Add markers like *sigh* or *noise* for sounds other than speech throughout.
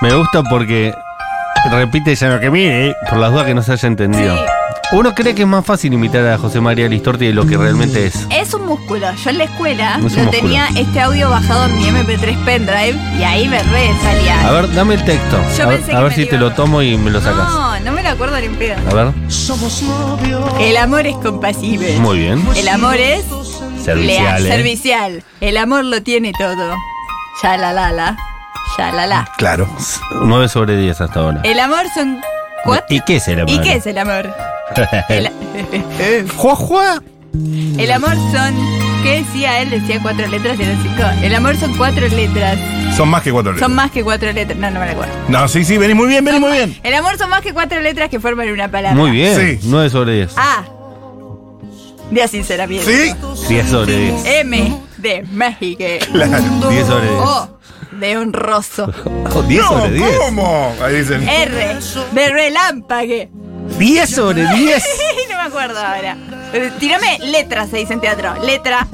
Me gusta porque repite ya lo que mire, eh, por las dudas que no se haya entendido. Uno cree que es más fácil imitar a José María Listorti de lo que realmente es. Es un músculo. Yo en la escuela Es un yo músculo. tenía este audio bajado en mi MP3 pendrive y ahí me re salía. A ver, dame el texto. Yo a ver, pensé a que ver me si lo te iba a- lo tomo y me lo sacas. no, no me lo acuerdo ni en pedo. A ver, El amor es compasible. muy bien. Eh, El amor es leal, Servicial. ¿eh? servicial. El amor lo tiene todo. Ya la la la. Ya la la. Claro. 9 sobre 10 hasta ahora. El amor son cuatro. ¿Y qué es el amor? Eh, ¿Y qué es el amor? Eh. El, Eh, Juá, juá. el amor son. ¿Qué decía él? Decía cuatro letras y eran cinco. El amor son cuatro letras. Son más que cuatro Son letras. más que cuatro letras. No, no me la acuerdo. No, sí, sí, venís muy bien, venís muy bien. El amor son más que cuatro letras que forman una palabra. *laughs* Muy bien. Sí. 9 sobre 10. A. De sinceramiento. Sí. 10 sobre Eh, 10. M. De México. Claro. 10 sobre 10. O. De honroso. 10 sobre 10. ¿Cómo? Ahí dicen. R. De relámpague. 10 sobre 10. no me acuerdo ahora. Eh, Tírame letras, se dice en teatro. Letra.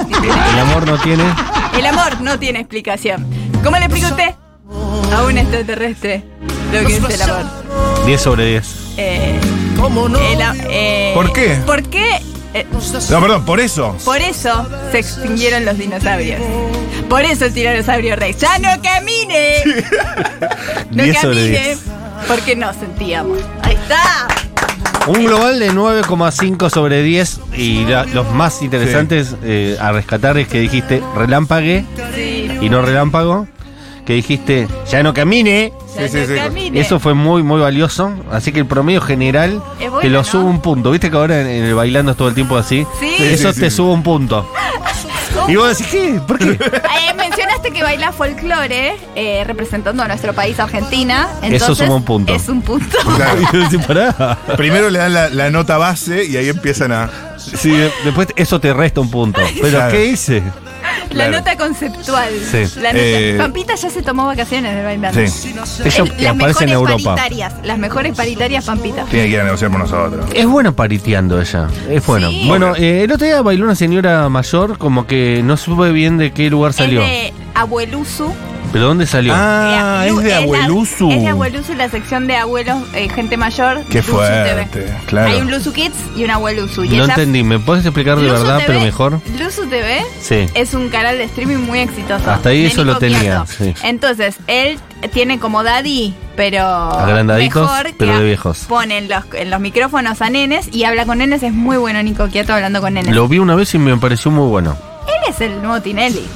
El amor no tiene. El amor no tiene explicación. ¿Cómo le explica usted a un extraterrestre lo que es el amor? 10 sobre 10. Eh, el a- eh, ¿Por qué? ¿Por qué? eh, No, perdón, por eso. por eso se extinguieron los dinosaurios. Por eso el tiranosaurio rex. ¡Ya *laughs* no camine! No 10 sobre camine. 10. Porque no sentíamos. ¡Ahí está! Un global de 9,5 sobre 10. Y la- los más interesantes eh, a rescatar es que dijiste relámpague Sí. y no relámpago. Que dijiste ya no camine. Ya sí, no sí. camine. Eso fue muy, muy valioso. Así que el promedio general Es bueno, te lo ¿no? sube un punto. Viste que ahora en en el bailando es todo el tiempo así. Sí. Eso Sí, sí, te sí. sube un *laughs* punto. Y vos decís, ¿qué? ¿Por *laughs* qué? Eh, mencionaste que baila folclore eh, representando a nuestro país, Argentina. Entonces, Eso suma un punto. Es un punto. *laughs* Claro. Y vos decís, pará. *laughs* Primero le dan la, la nota base y ahí empiezan a. Sí, de- después eso te resta un punto. Pero Claro. ¿qué hice? La Claro. nota conceptual. Sí. La nota- Eh, Pampita ya se tomó vacaciones del bailando. Sí. Ella El- las aparece en mejores Europa. paritarias. Las mejores paritarias, Pampita. Tiene que ir a negociar por nosotros. Es bueno pariteando ella. Es bueno. Sí. Bueno, eh, el otro día bailó una señora mayor, como que no supe bien de qué lugar salió. Es de Abueluzu. ¿Pero dónde salió? Ah, Eh, es de la- Abueluzu. Es de Abueluzu, la sección de abuelos, eh, gente mayor. Qué Luzu fuerte, TV. claro. Hay un Luzu Kids y un Abueluzu. Y no ella- entendí. ¿Me puedes explicar de Luzu verdad, TV pero mejor? Luzu TV Sí. es un canal de streaming muy exitoso. Hasta ahí de eso Nico lo tenía, Piatto. sí. Entonces, él tiene como daddy, pero Agrandaditos, mejor pero que de viejos. Pone en los, en los micrófonos a nenes y habla con nenes. Es muy bueno Nico Quiato hablando con nenes. Lo vi una vez y me pareció muy bueno. Él es el nuevo Tinelli.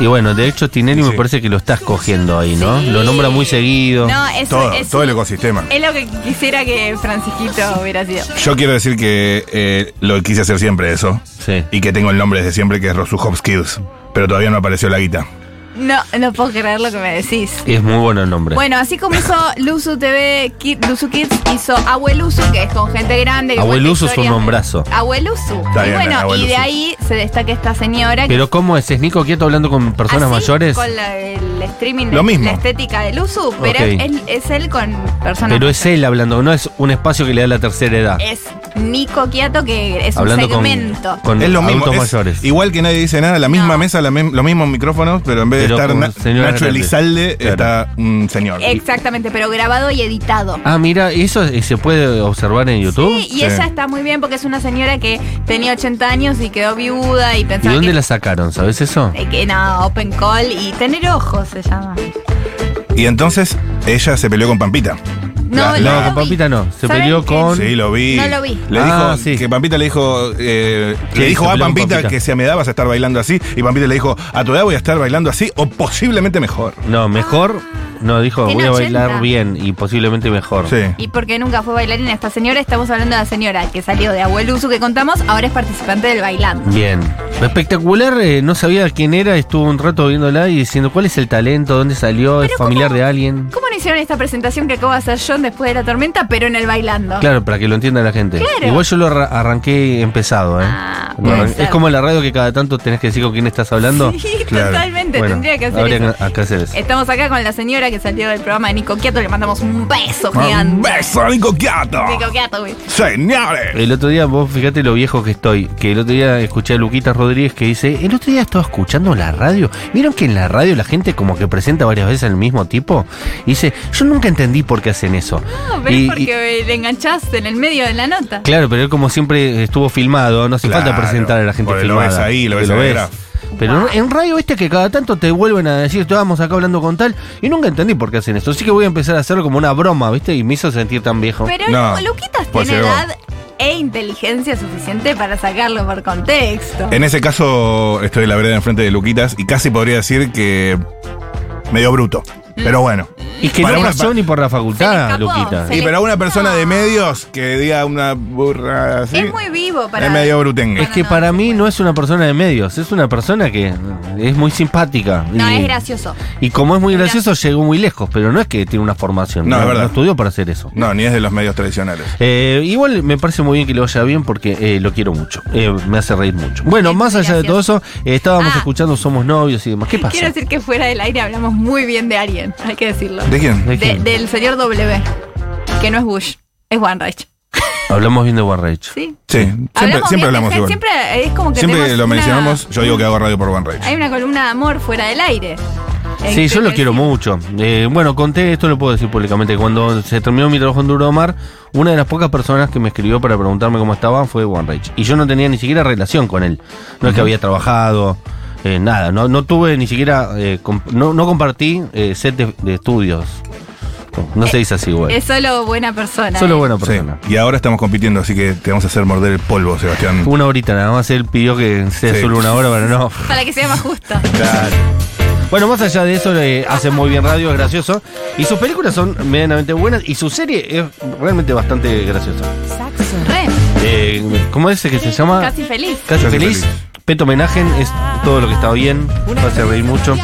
Y bueno, de hecho Tinelli Sí. me parece que lo estás cogiendo ahí, ¿no? Sí. Lo nombra muy seguido. No, es, Todo, es- Eh. todo el ecosistema. es lo que quisiera que Francisquito hubiera sido. Yo quiero decir que eh, lo quise hacer siempre eso. Sí. Y que tengo el nombre desde siempre que es Rosu Hobbs Kids. Pero todavía no apareció la guita. No, no puedo creer lo que me decís. Es muy bueno el nombre. Bueno, así como hizo Luzu TV, Kid, Luzu Kids hizo Abueluzu, que es con gente grande. que cuenta Abueluzu es historias. un nombrazo. Abueluzu. Está y bien, bueno, Abueluzu. y de ahí se destaca esta señora. que Pero ¿cómo es? ¿Es Nico Quieto hablando con personas así, mayores? Con la- el streaming, Lo mismo. la estética de Luzu, pero Ok. es, es él con personas Pero es él hablando, no es un espacio que le da la tercera edad. Es Nico Quiato, que es hablando un segmento. con, con es lo mismo. adultos es mayores. Igual que nadie dice nada, la misma No. mesa, la mem- los mismos micrófonos, pero en vez Pero de estar con Na- señoras Nacho grandes. Elizalde, Claro. está un señor. Exactamente, pero grabado y editado. Ah, mira, ¿eso eh, se puede observar en YouTube? Sí, y Sí. ella está muy bien porque es una señora que tenía 80 años y quedó viuda y ¿Y pensaba dónde que la sacaron? ¿Sabes eso? Eh, que no, Open Call y Tener Ojos se llama. Y entonces ella se peleó con Pampita. La- lo la- No, con Pampita no. Se ¿Saben peleó qué? con- Sí, lo vi. No lo vi. Le Ah, dijo sí. que Pampita le dijo, eh, Sí, le dijo se a peleó con Pampita, Pampita. que si a mi edad vas a estar bailando así. Y Pampita le dijo, a tu edad voy a estar bailando así o posiblemente mejor. No, mejor. No, dijo, voy Tiene a bailar 80. bien y posiblemente mejor. Sí. Y porque nunca fue bailarina esta señora, estamos hablando de la señora que salió de Abueluzu que contamos, ahora es participante del bailando. Bien. Espectacular, eh, no sabía quién era, estuvo un rato viéndola y diciendo cuál es el talento, dónde salió, es Pero familiar ¿cómo- de alguien. ¿Cómo no hicieron esta presentación que acabo de hacer John después de la tormenta, pero en el bailando? Claro, para que lo entienda la gente. Claro. Igual yo lo arra- arranqué empezado, ¿eh? Ah, Lo arran- puede ser. es como en la radio que cada tanto tenés que decir con quién estás hablando. Sí, Claro. totalmente, Bueno, tendría que hacer habría eso. que- que hacer eso. Estamos acá con la señora que salió del programa de Nico Quiato, le mandamos un beso Un gigante. beso, Nico Gato. Ah, Nico Quiato, güey. Señores. El otro día, vos fíjate lo viejo que estoy, que el otro día escuché a Luquita Rodríguez que dice, el otro día estaba escuchando la radio, vieron que en la radio la gente como que presenta varias veces el mismo tipo, y dice, dice, yo nunca entendí por qué hacen eso. No, pero es porque le enganchaste en el medio de la nota. Claro, pero él como siempre estuvo filmado, no hace Claro, falta presentar a la gente porque lo filmada. ves ahí, lo porque ves en el graf. Pero en radio este que cada tanto te vuelven a decir, estábamos acá hablando con tal, y nunca entendí por qué hacen esto. Así que voy a empezar a hacerlo como una broma, ¿viste? Y me hizo sentir tan viejo. Pero No, Luquitas pues tiene llegó. edad e inteligencia suficiente para sacarlo por contexto. En ese caso, estoy en la vereda enfrente de Luquitas y casi podría decir que medio bruto. Pero bueno. y que Para no una- pasó ni por la facultad, Se le escapó, Luquita. se Y le- pero a una persona No. de medios que diga una burra así. Ah. Es muy vivo para. Es medio brutengue. Es que no, para mí no es una persona de medios, es una persona que es muy simpática. No, y, es gracioso. Y como es muy Es gracioso, llegó muy lejos, pero no es que tiene una formación. No, es verdad. estudió para hacer eso. No, ni es de los medios tradicionales. Eh, igual me parece muy bien que le vaya bien porque eh, lo quiero mucho. Eh, me hace reír mucho. Bueno, Es más muy allá de todo gracioso. eso, eh, estábamos Ah. escuchando Somos Novios y demás. ¿Qué pasa? *laughs* Quiero decir que fuera del aire hablamos muy bien de Ariel, hay que decirlo. ¿De quién? ¿De De- quién? del señor W, que no es Bush, es Wanreich. Hablamos bien de Warrage. Sí. Sí, siempre hablamos, siempre bien, hablamos es- igual. Siempre, Siempre es como que tenemos lo una- mencionamos. Yo digo que hago radio por One Rage. Hay una columna de amor fuera del aire. Este, Sí, yo lo quiero mucho. Eh, bueno, conté, esto lo puedo decir públicamente. Cuando se terminó mi trabajo en Duromar, una de las pocas personas que me escribió para preguntarme cómo estaba fue One Rage. Y yo no tenía ni siquiera relación con él. No es que había trabajado, eh, nada. No, no tuve ni siquiera. eh, comp- no, no compartí eh, set de, de estudios. No, no se dice así, güey. Es solo buena persona. Solo eh. buena Sí, persona. y ahora estamos compitiendo, así que te vamos a hacer morder el polvo, Sebastián. Una horita nada más. Él pidió que sea Sí. solo una hora, pero no. Para que sea *laughs* más justo. Dale. Bueno, más allá de eso, eh, hace muy bien radio, es gracioso. Y sus películas son medianamente buenas. Y su serie es realmente bastante graciosa. Re, Eh, ¿Cómo es que se llama? casi feliz. Casi Casi feliz. feliz. Peto homenaje es todo lo que está bien, va a hacer reír mucho.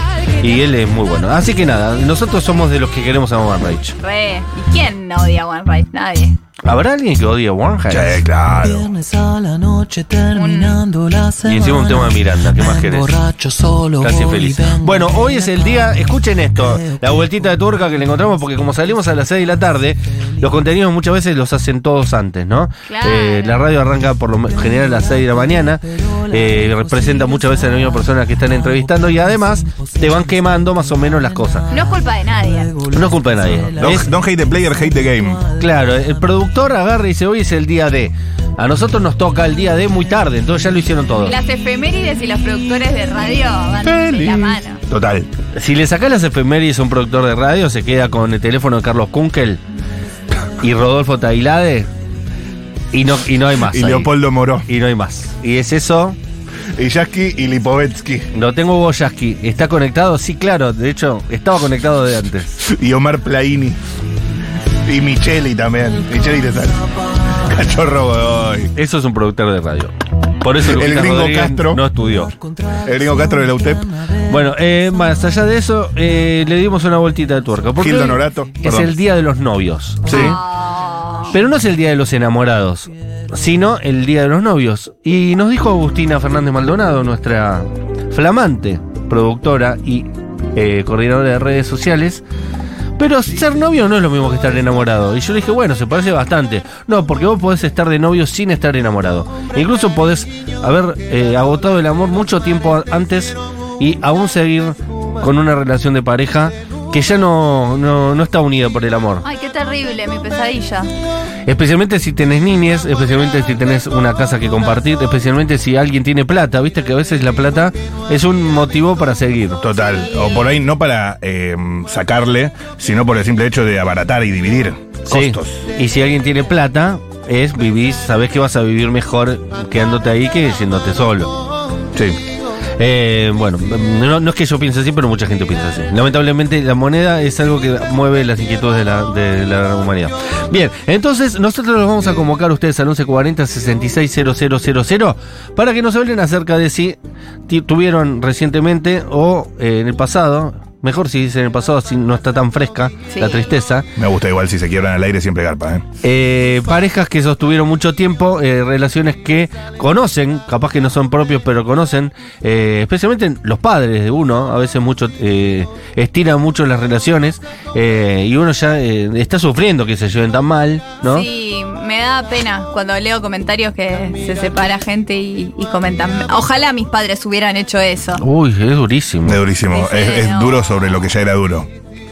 Y él es muy bueno. Así que nada, nosotros somos de los que queremos a One Rage. Re. ¿Y quién no odia a Wanreich? Nadie. ¿Habrá alguien que odie a One Sí, claro. Viernes a la noche terminando la semana. Y encima un tema de Miranda, ¿qué más Me querés? Borracho solo. Casi voy feliz. y vengo Bueno, de hoy es la el día, calle. escuchen esto, la vueltita de turca que le encontramos, porque como salimos a las 6 de la tarde, los contenidos muchas veces los hacen todos antes, ¿no? Claro. Eh, la radio arranca por lo me- general a las 6 de la mañana, eh, representa muchas veces a la misma persona que están entrevistando y además te van quemando más o menos las cosas. No es culpa de nadie. No es culpa de nadie. Es- Don't, don't hate the player, hate the game. Claro, el productor agarra y dice, hoy es el día de. A nosotros nos toca el día de muy tarde, entonces ya lo hicieron todo. Las efemérides y los productores de radio van de la mano. Total. Si le sacás las efemérides a un productor de radio, se queda con el teléfono de Carlos Kunkel y Rodolfo Tailade y no, y no hay más. Y ahí. Leopoldo Moró. Y no hay más. Y es eso. Y Yasky y Lipovetsky. Lo tengo Hugo Yasky. ¿Está conectado? Sí, claro. De hecho, estaba conectado de antes. Y Omar Plaini. Y Micheli también. Micheli te sale. *laughs* Cachorro de hoy. Eso es un productor de radio. Por eso Luquita El gringo Rodríguez Castro. no estudió. El gringo Castro de la UTEP. Bueno, eh, más allá de eso, eh, le dimos una vueltita de tuerca. Porque Gil hoy Donorato, es perdón. el día de los novios. Sí. Oh. Pero no es el Día de los Enamorados, sino el Día de los Novios. Y nos dijo Agustina Fernández Maldonado, nuestra flamante productora y eh, coordinadora de redes sociales. Pero ser novio no es lo mismo que estar enamorado. Y yo le dije, bueno, se parece bastante. No, porque vos podés estar de novio sin estar enamorado. E incluso podés haber eh, agotado el amor mucho tiempo a- antes y aún seguir con una relación de pareja que ya no, no, no está unida por el amor. Ay, qué terrible, mi pesadilla. Especialmente si tenés niñes, especialmente si tenés una casa que compartir, especialmente si alguien tiene plata, viste que a veces la plata es un motivo para seguir. Total. O por ahí no para eh, sacarle, sino por el simple hecho de abaratar y dividir Sí. costos. Y si alguien tiene plata, es vivir, sabés que vas a vivir mejor quedándote ahí que yéndote solo. Sí. Eh, bueno, no, no es que yo piense así, pero mucha gente piensa así. Lamentablemente la moneda es algo que mueve las inquietudes de la, de la humanidad. Bien, entonces nosotros los vamos a convocar a ustedes al 1140-660000 para que nos hablen acerca de si ti- tuvieron recientemente o eh, en el pasado, mejor si dice en el pasado, si no está tan fresca Sí. la tristeza, Me gusta igual si se quiebran al aire siempre garpa, ¿eh? eh, parejas que sostuvieron mucho tiempo, eh, relaciones que conocen, capaz que no son propios, pero conocen, eh, especialmente los padres de uno, a veces mucho eh, estiran mucho las relaciones eh, y uno ya eh, está sufriendo que se lleven tan mal, ¿no? Sí, me da pena cuando leo comentarios que se separa gente y, y comentan. Ojalá mis padres hubieran hecho eso. Uy, es durísimo. Es durísimo. Sí, sí, es, es no. *laughs* duro sobre lo que ya era duro.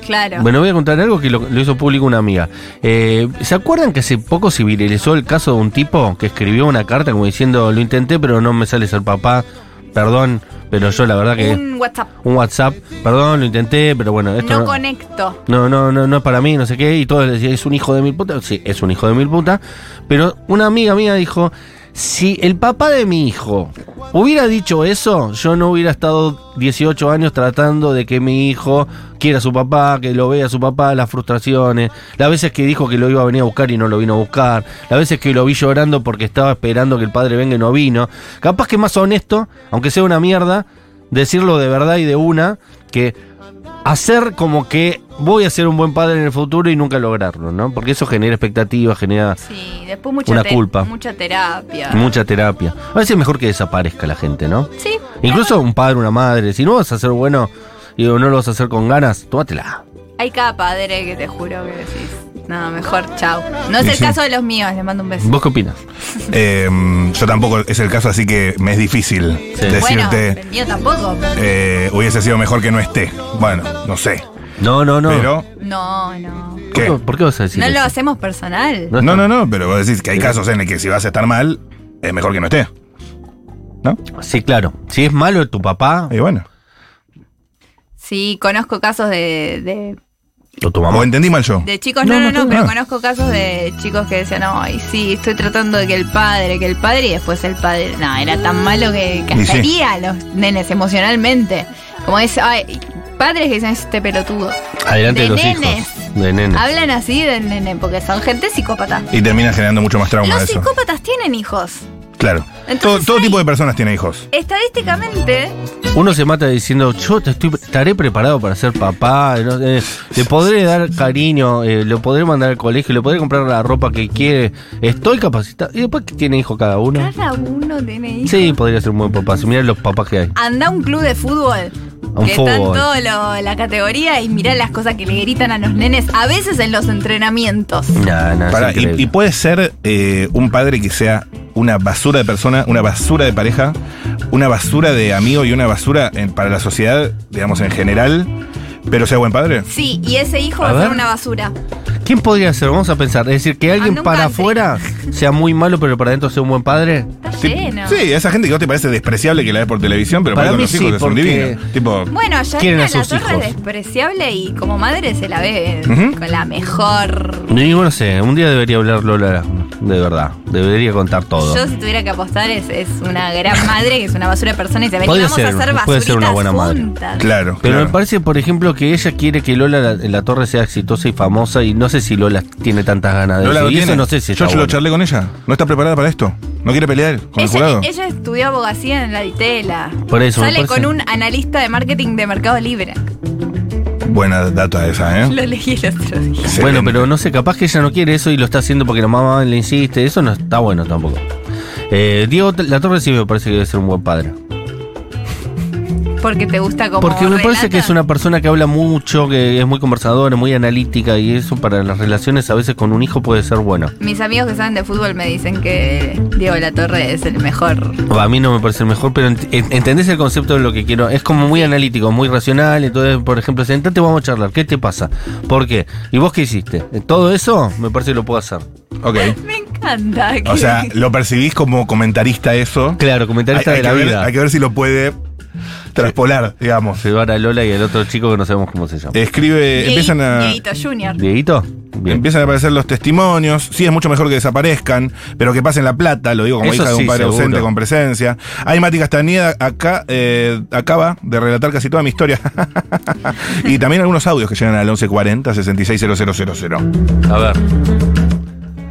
Claro. Bueno, voy a contar algo que lo, lo hizo público una amiga. Eh, ¿Se acuerdan que hace poco se viralizó el caso de un tipo que escribió una carta como diciendo, lo intenté, pero no me sales al papá, perdón, pero yo la verdad que... Un, Un WhatsApp. WhatsApp, perdón, lo intenté, pero bueno, eh, esto... No no- conecto. no, no, no, no es para mí, no sé qué. Y todos decían, es un hijo de mil puta. Sí, es un hijo de mil puta. Pero una amiga mía dijo, si el papá de mi hijo hubiera dicho eso, yo no hubiera estado 18 años tratando de que mi hijo quiera a su papá, que lo vea a su papá, las frustraciones, las veces que dijo que lo iba a venir a buscar y no lo vino a buscar, las veces que lo vi llorando porque estaba esperando que el padre venga y no vino. Capaz que más honesto, aunque sea una mierda, decirlo de verdad y de una, que hacer como que voy a ser un buen padre en el futuro y nunca lograrlo, ¿no? Porque eso genera expectativas, genera Sí, después mucha, Una te- culpa. mucha terapia. mucha terapia. A veces es mejor que desaparezca la gente, ¿no? sí. Incluso un padre, una madre, si no vas a ser bueno y no lo vas a hacer con ganas, tómatela. Hay cada padre que te juro que decís. No, mejor chau. No es Y el sí. caso de los míos, les mando un beso. ¿Vos qué opinas? Eh, yo tampoco es el caso, así que me es difícil Sí. bueno, decirte. el mío tampoco. eh, hubiese sido mejor que no esté. Bueno, no sé. No, no, no. Pero, No, no. ¿Por ¿qué? qué- ¿Por qué vas a decir no eso? lo hacemos personal. está- No, no, no, pero vos decís que hay casos en el que si vas a estar mal, es mejor que no esté. ¿No? Sí, claro. Si es malo tu papá Y bueno. Sí, conozco casos de, de, o tu ¿O mamá. entendí mal yo? de chicos. No, No, no no, estoy- no, pero no. conozco casos de chicos que decían, ay, sí, estoy tratando de que el padre, que el padre, y después el padre. No, era tan malo que, que Y hasta sí. hería a los nenes emocionalmente. Como es, ay, padres que dicen este pelotudo. Adelante de, de los nenes. hijos. De nenes. Hablan así del nene, porque son gente psicópata. Y termina generando mucho más trauma Los eso. psicópatas tienen hijos. Claro. Entonces todo todo hay- tipo de personas tiene hijos. Estadísticamente, Uno se mata diciendo, yo te estoy, estaré preparado para ser papá, no sé, le podré dar cariño, eh, lo podré mandar al colegio, le podré comprar la ropa que quiere, estoy capacitado. Y después que tiene hijo cada uno. cada uno tiene hijos. Sí, podría ser un buen papá. Si mirá los papás que hay. Anda a un club de fútbol. A un que están fútbol. todo lo- la categoría y mirá las cosas que le gritan a los nenes, a veces en los entrenamientos. Nah, nah, es Pará, y, increíble. y puede ser eh, un padre que sea una basura de persona, una basura de pareja, una basura de amigo y una basura en- para la sociedad, digamos en general, pero sea buen padre. Sí, y ese hijo A va a ver. ser una basura. ¿Quién podría ser? Vamos a pensar. Es decir, que alguien Anda un para country. afuera sea muy malo, pero para adentro sea un buen padre. Está Sí, lleno. sí, esa gente que vos te parece despreciable que la ves por televisión, pero Para para mí los hijos sí, que son porque- divinos. Tipo, Bueno, Quieren Yanina a la sus torre hijos. es despreciable y como madre se la ve Ujú. con la mejor. Y bueno, sé, un día debería hablar Lola, de verdad. Debería contar todo. Yo si tuviera que apostar es, es una gran madre que es una basura de persona y se ven Podría vamos a ser, hacer basuritas puede ser una buena madre. juntas". claro. Pero claro. me parece, por ejemplo, que ella quiere que Lola la, la Torre sea exitosa y famosa y no sé si Lola tiene tantas ganas de Lola eso. lo Y Ah, eso tiene. no sé si Yo está lo bueno. charlé con ella. No está preparada para esto. No quiere pelear con el Ella, jurado. ella estudió abogacía en la Ditela. Por eso, me Sale parece. con un analista de marketing de Mercado Libre. Buena data esa, ¿eh? Lo leí el otro día. Bueno, pero no sé, capaz que ella no quiere eso y lo está haciendo porque la mamá le insiste. Eso no está bueno tampoco. Eh, Diego La Torre sí me parece que debe ser un buen padre. Porque te gusta como. Porque me parece relata. que es una persona que habla mucho, que es muy conversadora, muy analítica y eso para las relaciones a veces con un hijo puede ser bueno. Mis amigos que saben de fútbol me dicen que Diego La Torre es el mejor. A mí no me parece el mejor, pero ent- en- entendés el concepto de lo que quiero. Es como muy analítico, muy racional. Entonces, por ejemplo, sentate, vamos a charlar. ¿Qué te pasa? ¿Por qué? ¿Y vos qué hiciste? Eh, Todo eso me parece que lo puedo hacer. Ok. Me encanta. O que- *laughs* sea, lo percibís como comentarista eso. Claro, comentarista hay, hay de la que ver, vida. hay que ver si lo puede traspolar, digamos. Llevar a Lola y al otro chico que no sabemos cómo se llama. Escribe, Diego- empiezan a. Dieguito Junior. ¿Dieguito? Bien. Empiezan a aparecer los testimonios. Sí, es mucho mejor que desaparezcan, pero que pasen la plata, lo digo como Eso hija de sí, un padre seguro. ausente con presencia. Ay, Mati Castañeda acá, eh, acaba de relatar casi toda mi historia. *laughs* y también algunos audios que llegan al 1140 660000. A ver.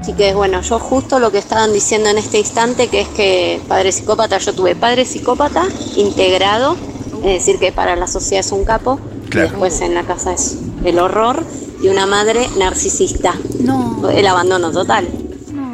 Así que bueno, yo justo lo que estaban diciendo en este instante, que es que padre psicópata, yo tuve padre psicópata integrado, es decir, que para la sociedad es un capo, Claro. y después en la casa es el horror, y una madre narcisista, No. el abandono total.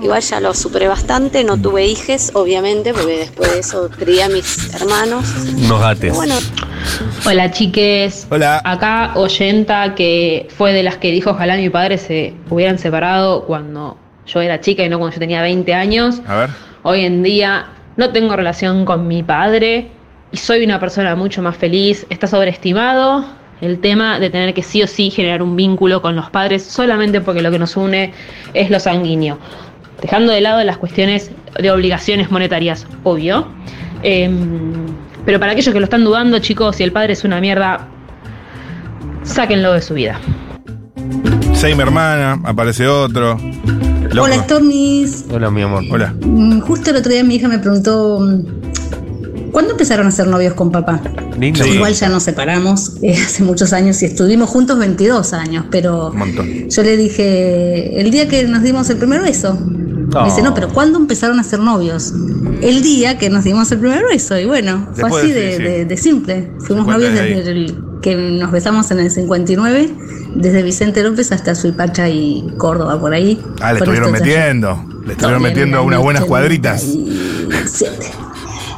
Igual ya lo superé bastante, no tuve hijes, obviamente, porque después de eso crié a mis hermanos. Unos gates. Pero bueno, *laughs* Hola chiques. Hola. Acá oyenta que fue de las que dijo ojalá mi padre se hubieran separado cuando yo era chica y no cuando yo tenía 20 años. A ver. Hoy en día no tengo relación con mi padre y soy una persona mucho más feliz. Está sobreestimado. el tema de tener que sí o sí generar un vínculo con los padres solamente porque lo que nos une es lo sanguíneo, dejando de lado las cuestiones de obligaciones monetarias, obvio. Em, pero para aquellos que lo están dudando, chicos, si el padre es una mierda, sáquenlo de su vida. Seis, mi hermana, aparece otro. Loco. Hola, Stormis. Hola, mi amor. Hola. Mm, Justo el otro día mi hija me preguntó, mm, ¿cuándo empezaron a ser novios con papá? Lindo. Sí. Igual ya nos separamos *laughs* eh, hace muchos años y estuvimos juntos 22 años, pero Un montón. yo le dije, el día que nos dimos el primer beso. Oh. Me dice, no, pero ¿cuándo empezaron a ser novios? El día que nos dimos el primer beso. Y bueno, fue Después, así sí, de, sí. de- de simple. Fuimos 50 novios de ahí. desde el que nos besamos en el 59, desde Vicente López hasta Suipacha y Córdoba, por ahí. Ah, le Fueron estuvieron estos años. metiendo. Le estuvieron metiendo unas buenas cuadritas.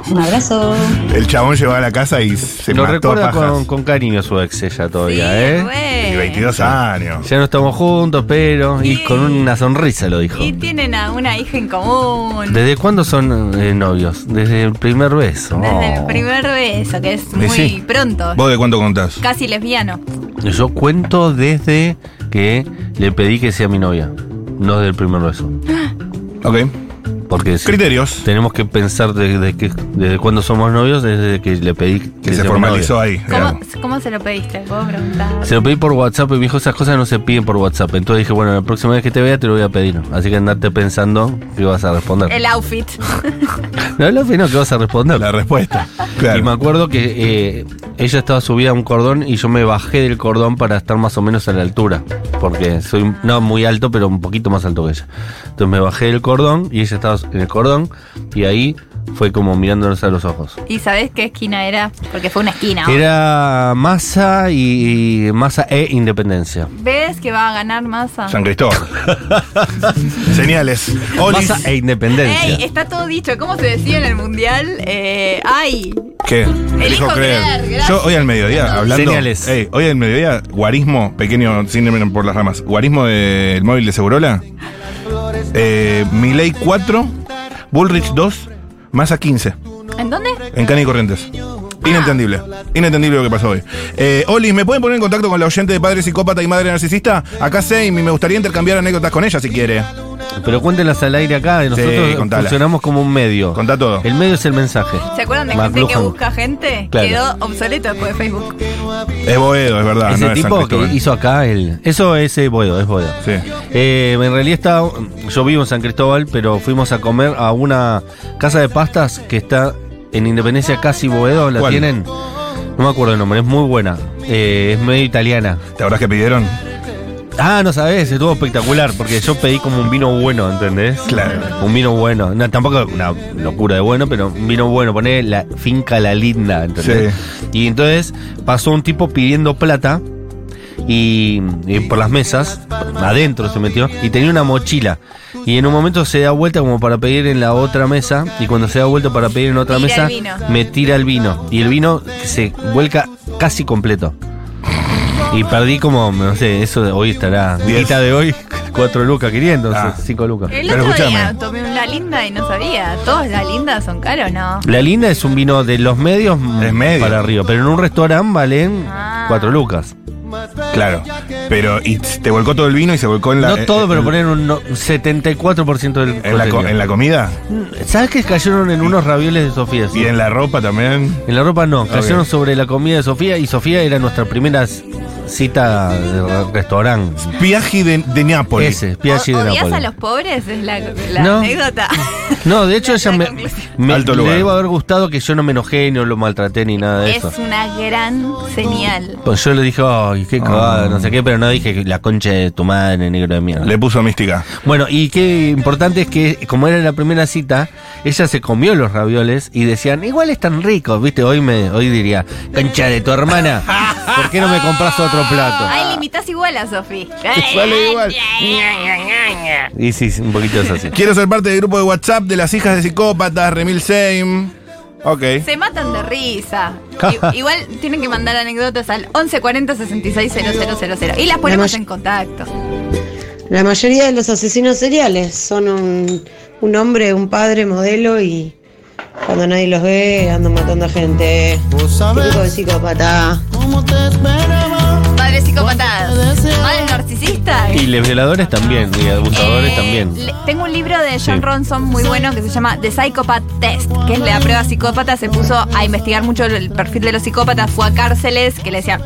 Un abrazo. El chabón llegó a la casa y se Lo mató a recuerda pajas. con, con cariño su ex ella todavía, ¿eh? re. Y 22 años. Ya no estamos juntos, pero. Y Sí. con una sonrisa lo dijo. Y tienen a una hija en común. ¿Desde cuándo son eh, novios? Desde el primer beso. Desde el Oh. primer beso, que es Y muy sí. pronto. ¿Vos de cuánto contás? Casi lesbiano. Yo cuento desde que le pedí que sea mi novia. No desde el primer beso. Ok. Porque sí, Criterios. tenemos que pensar desde, que, desde cuándo somos novios, desde que le pedí Que se sea mi formalizó novia. ahí. ¿Cómo, digamos. cómo se lo pediste? ¿Puedo preguntar? Se lo pedí por WhatsApp y me dijo, esas cosas no se piden por WhatsApp. Entonces dije, bueno, la próxima vez que te vea te lo voy a pedir. Así que andate pensando qué vas a responder. El outfit. No, no, no, ¿qué vas a responder? La *laughs* respuesta. Claro. Y me acuerdo que eh, ella estaba subida a un cordón y yo me bajé del cordón para estar más o menos a la altura. Porque soy, no muy alto, pero un poquito más alto que ella. Entonces me bajé del cordón y ella estaba en el cordón y ahí fue como mirándonos a los ojos. ¿Y sabés qué esquina era? Porque fue una esquina. Era masa y, y masa e independencia. ¿Ves que va a ganar masa? San *laughs* Cristóbal. Señales. Olis. Masa e independencia. ¡Ey! Está todo dicho. ¿Cómo se decía en el mundial? Eh, ¡Ay! ¿Qué? Elijo creer, gracias. Yo hoy al mediodía, hablando. Señales. Ey, hoy al mediodía, guarismo, pequeño, sin irme por las ramas. Guarismo del móvil de Segurola. Eh, Miley 4, Bullrich 2, Massa 15. ¿En dónde? En Cani Corrientes. Inentendible. Inentendible lo que pasó hoy. Eh, Oli, ¿me pueden poner en contacto con la oyente de padre psicópata y madre narcisista? Acá Seimi, me gustaría intercambiar anécdotas con ella si quiere. Pero cuéntelas al aire acá. Nosotros contala. funcionamos como un medio. Contá todo. El medio es el mensaje. ¿Se acuerdan de gente que McLuhan. busca gente? Claro. Quedó obsoleto después de Facebook. Es Boedo, es verdad. Ese Ah, no es San tipo que Cristóbal. hizo acá el. Eso es eh, Boedo, es Boedo. Sí. Eh, en realidad está, yo vivo en San Cristóbal, pero fuimos a comer a una casa de pastas que está en Independencia casi Boedo, la ¿Cuál? tienen. No me acuerdo el nombre, es muy buena. Eh, es medio italiana. ¿Te acordás que pidieron? Ah, no sabes, estuvo espectacular, porque yo pedí como un vino bueno, ¿entendés? Claro. Un vino bueno. No, tampoco una locura de bueno, pero un vino bueno. Poné la finca La Linda, ¿entendés? Y entonces pasó un tipo pidiendo plata y, y por las mesas, adentro se metió, y tenía una mochila. Y en un momento se da vuelta como para pedir en la otra mesa, y cuando se da vuelta para pedir en otra Tira mesa, el vino. me tira el vino. Y el vino se vuelca casi completo. Y perdí como, no sé, eso de hoy estará. Diez. Guita de hoy, 4 lucas, 500, Ah. 5 lucas. El Pero otro día escúchame. tomé una linda y no sabía. ¿Todas las lindas son caras o no? La linda es un vino de los medios mm, Es medio. para arriba, pero en un restaurante valen Ah. 4 lucas. Claro. Pero y te volcó todo el vino y se volcó en la. no todo, eh, pero en- ponen un no- 74% del en la, co- contenido. Mm, en la comida ¿Sabes que cayeron en unos ravioles de Sofía? sí? y en la ropa también. En la ropa no, cayeron Ok. sobre la comida de Sofía y Sofía era nuestra primera s- cita de re- restaurante. Viaje de, de Nápoles. Ese, Piaggi ¿O- de ¿Odias a Nápoles. los pobres? Es la, la No. anécdota. No, de hecho ella me, me- Alto le lugar. debo haber gustado que yo no me enojé, no lo maltraté ni nada de es *laughs* eso. una gran señal. Pues yo le dije, ay, Ah. qué cagada, no sé qué, pero no dije que la concha de tu madre, negro de mierda. Le puso mística. Bueno, y qué importante es que, como era la primera cita, ella se comió los ravioles y decían, igual están ricos, viste, hoy me, hoy diría, concha de tu hermana, ¿por qué no me compras otro plato? Ay, limitas igual a *laughs* Sofi. Sale igual. Y sí, sí, un poquito es así. Quiero ser parte del grupo de WhatsApp de las hijas de psicópatas, Remil Seim. Ok. Se matan de *laughs* risa. I- Igual tienen que mandar anécdotas al 1140 660000 y las ponemos may- en contacto. La mayoría de los asesinos seriales son un, un hombre, un padre, modelo y cuando nadie los ve andan matando a gente. Tipo de psicópata. psicópatas, madres narcisistas. Y los violadores también, y abusadores Eh, también. le- tengo un libro de John Sí. Ronson muy bueno que se llama The Psychopath Test, que es la prueba psicópata. Se puso a investigar mucho el perfil de los psicópatas, fue a cárceles que le decían.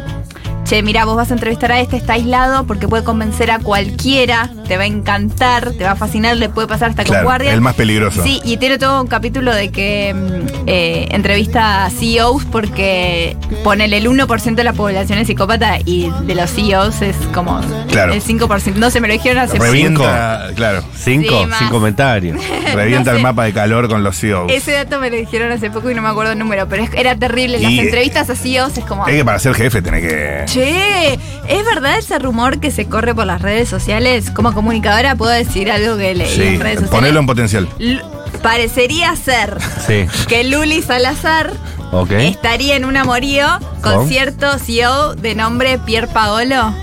Che, mira, vos vas a entrevistar a este, está aislado porque puede convencer a cualquiera, te va a encantar, te va a fascinar, le puede pasar hasta con Claro, guardia. el más peligroso. Sí, y tiene todo un capítulo de que mm, eh, entrevista a CEOs porque ponele el 1% de la población es psicópata y de los CEOs es como Claro. el 5%. No se me lo dijeron hace Revienta, claro, Cinco, Sí, más. sin comentarios. revienta *laughs* el No sé. mapa de calor con los E CEOs. Ese dato me lo dijeron hace poco y no me acuerdo el número, pero es- era terrible. Las Y, eh, entrevistas a CEOs es como... Es que para ser jefe tenés que. Che, ¿es verdad ese rumor que se corre por las redes sociales? Como comunicadora puedo decir algo que leí Sí, en redes sociales. ponerlo en potencial. L- Parecería ser Sí, que Luli Salazar ok. estaría en un amorío con ¿Con? cierto CEO de nombre Pier Paolo,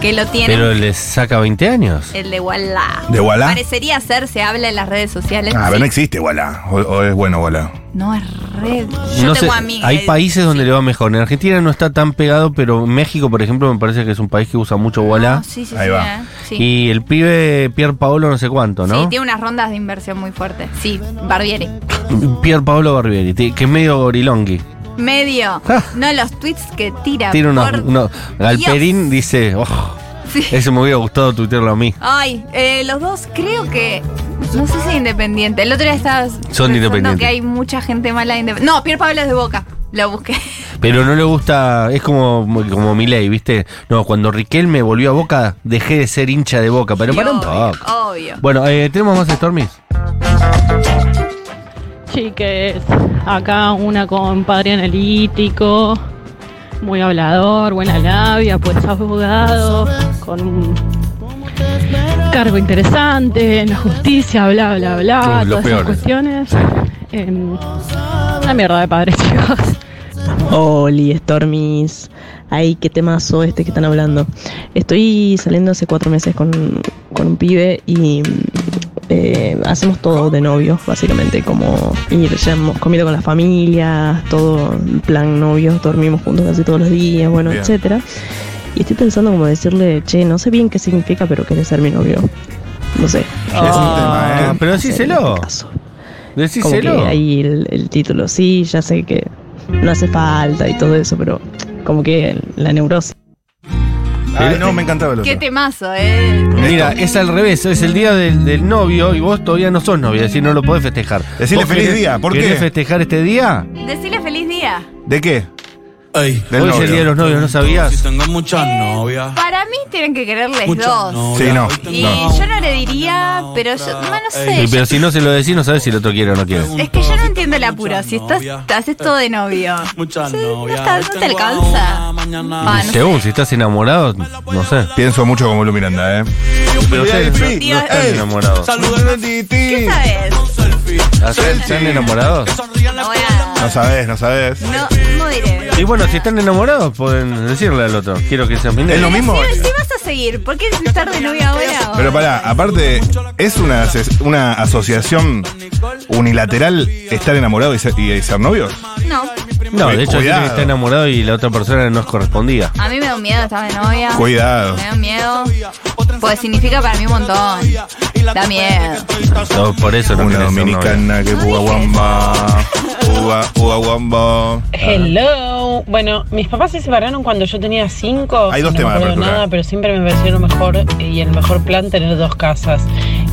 que lo tiene Pero le saca 20 años. el de Walla. ¿De Walla? Parecería ser, se habla en las redes sociales. Ah, sí. pero no existe, voilà. O, o es bueno, voilà. No es red. Yo No tengo sé, amigas. hay países donde le va mejor. En Argentina no está tan pegado, pero México, por ejemplo, me parece que es un país que usa mucho bola. No, sí, sí, Ahí sí, va. eh, sí. Y el pibe Pier Paolo no sé cuánto, Sí, ¿no? tiene unas rondas de inversión muy fuertes. Sí, Barbieri. Pier Paolo Barbieri, ti- que es medio gorilongui. Medio. Ah. No, los tweets que tira. Tiene unos... por unos- Galperín Dios. dice, "Oh, Sí. ese me hubiera gustado tuitearlo a mí. Ay, eh, los dos creo que. No sé si es independiente. El otro día estabas. pensando independientes. que hay mucha gente mala de independiente. No, Pierre Pablo es de Boca. Lo busqué. Pero no le gusta, es como, como Milei, ¿viste? No, cuando Riquelme volvió a Boca, dejé de ser hincha de Boca, pero Y para un obvio, poco. Obvio. Bueno, eh, ¿tenemos más Stormies? Chiques, acá una con padre analítico, muy hablador, buena labia, pues abogado, con un cargo interesante en la justicia, bla, bla, bla, Uh, todas lo esas peor. cuestiones. Em, una mierda de padres, *laughs* chicos. Oli, Stormis. Ay, qué temazo este que están hablando. Estoy saliendo hace cuatro meses con, con un pibe y mm, eh, hacemos todo de novios, básicamente. Como ir, ya hemos comido con las familias, todo en plan novios, dormimos juntos casi todos los días, bueno, Bien. etcétera. Y estoy pensando como decirle, che, no sé bien qué significa, pero querés ser mi novio. No sé. Es un tema, Ah, ¿eh? pero Hacer decíselo, el caso. Como que decíselo. ahí el, el título, sí, ya sé que no hace falta y todo eso, pero como que la neurosis. Ay, Ah, no, me encantaba el otro. Qué temazo, ¿eh? Mira, es al revés, es el día del, del novio y vos todavía no sos novia, es decir, no lo podés festejar. Decirle ¿Vos feliz querés- día, ¿por qué? ¿Querés festejar este día? Decirle feliz día. ¿De qué? Ey, Del Hoy es novio. el día de los novios, ¿no si sabías? tengo muchas novias. Para mí tienen que quererles Muchas dos. novias. Sí, no, Hoy tengo Y una, yo no le diría, otra, pero yo, no, no sé. Sí, yo- pero si no se lo decís, no sabes si el otro quiere o no quiere. es que yo no entiendo el apuro. Si estás, te haces todo de novio. Muchas Sí, no novias. está- Hoy no te tengo a alcanza. una, mañana Va, no sé. Según, si estás enamorado, no sé. Pienso mucho como Lu Miranda, ¿eh? Pero ustedes no, Tío, no están eh. enamorados. ¿Qué sabes? ¿Están están enamorados? No, voy a- No sabes, no sabes. no, no diré. Y bueno, si están enamorados, pueden decirle al otro, quiero que seas mi novio. Es lo mismo. Si, si vas a seguir, ¿por qué estar de novia ahora? Pero pará, aparte, es una, ases- una asociación unilateral estar enamorado y ser, y ser novios. No, No, de Eh, hecho, dicen cuidado. que está enamorado y la otra persona no es correspondida. a mí me da un miedo estar de novia. Cuidado. Me da un miedo. Pues significa para mí un montón. Da miedo. No, por eso no Una querés ser novio. dominicana que uva guamba. Uva, uva guamba. Hello. Bueno, mis papás se separaron cuando yo tenía cinco. Hay dos no temas me para acuerdo explorar. nada, pero siempre me pareció lo mejor y el mejor plan tener dos casas.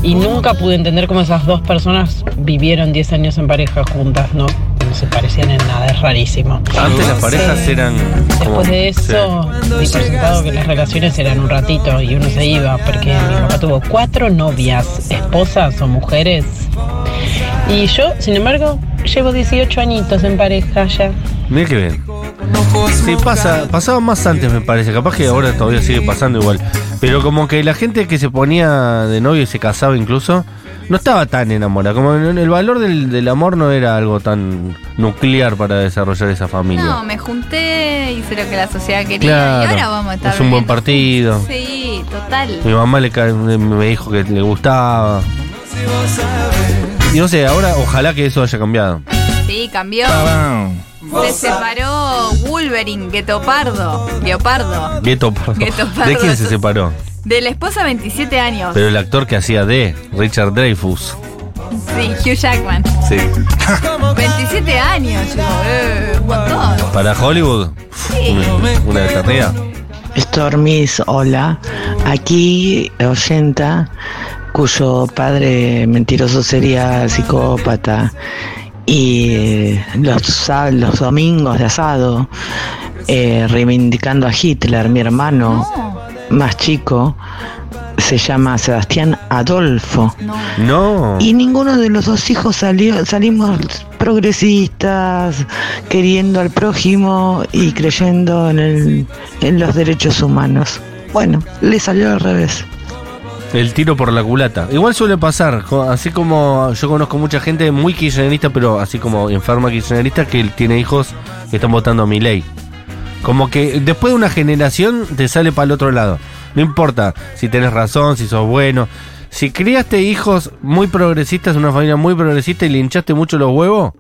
Y nunca pude entender cómo esas dos personas vivieron 10 años en pareja juntas, ¿no? No se parecían en nada, es rarísimo. Antes las parejas eran como. Después de eso, vi por sentado que las relaciones eran un ratito y uno se iba, porque mi papá tuvo cuatro novias, esposas o mujeres. Y yo, sin embargo, llevo 18 añitos en pareja ya. sí. Mirá que bien. Sí, pasa, pasaba más antes, me parece. Capaz que ahora todavía sigue pasando igual. Pero como que la gente que se ponía de novio y se casaba incluso, no estaba tan enamorada. Como en- en el valor del, del amor no era algo tan nuclear para desarrollar esa familia. No, me junté, hice lo que la sociedad quería. Claro. Y ahora vamos a estar. Es un buen viviendo partido. juntos. Sí, total. Mi mamá le ca- me dijo que le gustaba. Y no sé, ahora ojalá que eso haya cambiado. Sí, cambió. Pam. Se separó Wolverine, Gueto Pardo, Leopardo, Gueto Pardo. Gueto Pardo. ¿De quién se separó? de la esposa 27 años. Pero el actor que hacía de Richard Dreyfus. Sí, Hugh Jackman. *laughs* Sí. 27 años, chico, eh, un montón. Para Hollywood, Sí. una- una eternidad. Stormis, hola. Aquí, oyenta, cuyo padre mentiroso sería psicópata. Y los, sa- los domingos de asado, eh, reivindicando a Hitler, mi hermano más chico, se llama Sebastián Adolfo. No. Y ninguno de los dos hijos salió, salimos progresistas, queriendo al prójimo y creyendo en, el- en los derechos humanos. Bueno, le salió al revés. El tiro por la culata. Igual suele pasar, co- así como yo conozco mucha gente muy kirchnerista, pero así como enferma kirchnerista, que tiene hijos que están votando a mi ley. Como que después de una generación te sale para el otro lado. No importa si tenés razón, si sos bueno. Si criaste hijos muy progresistas, una familia muy progresista y le hinchaste mucho los huevos,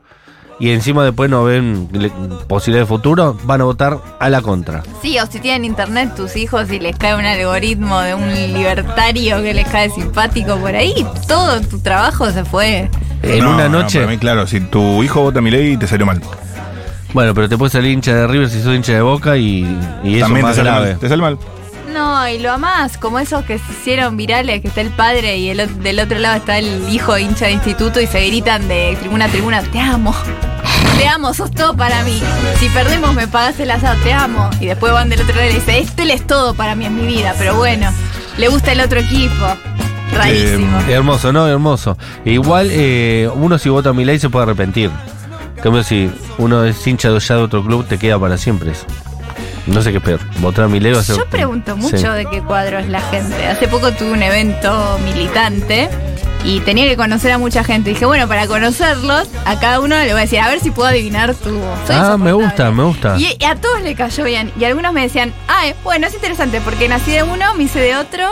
y encima después no ven le- posibilidad de futuro, van a votar a la contra. Sí, o si tienen internet tus hijos y les cae un algoritmo de un libertario que les cae simpático por ahí, todo tu trabajo se fue. En No, una no, noche. para mí, claro, si tu hijo vota mi ley, te salió mal. Bueno, pero te puede salir hincha de River si sos hincha de Boca y, y eso También más te sale grave. mal, te sale mal. No, y lo amás, como esos que se hicieron virales, que está el padre y el, ot- del otro lado está el hijo hincha de instituto y se gritan de tribuna a tribuna, te amo, te amo, sos todo para mí. Si perdemos me pagas el asado, te amo. Y después van del otro lado y le dicen, este él es todo para mí, es mi vida, pero bueno, le gusta el otro equipo. Rarísimo. Eh, hermoso, ¿no? Hermoso. Igual, eh, uno si vota a Milei se puede arrepentir. En cambio, si uno es hincha de ya de otro club, te queda para siempre eso. No sé qué es peor, votar a Milei o hacer... Yo pregunto mucho Sí. de qué cuadro es la gente. Hace poco tuve un evento militante y tenía que conocer a mucha gente. dije, bueno, para conocerlos, a cada uno le voy a decir, a ver si puedo adivinar tu. Soy Ah, me gusta, me gusta. Y, y a todos le cayó bien. Y algunos me decían, ah, eh, bueno, es interesante porque nací de uno, me hice de otro.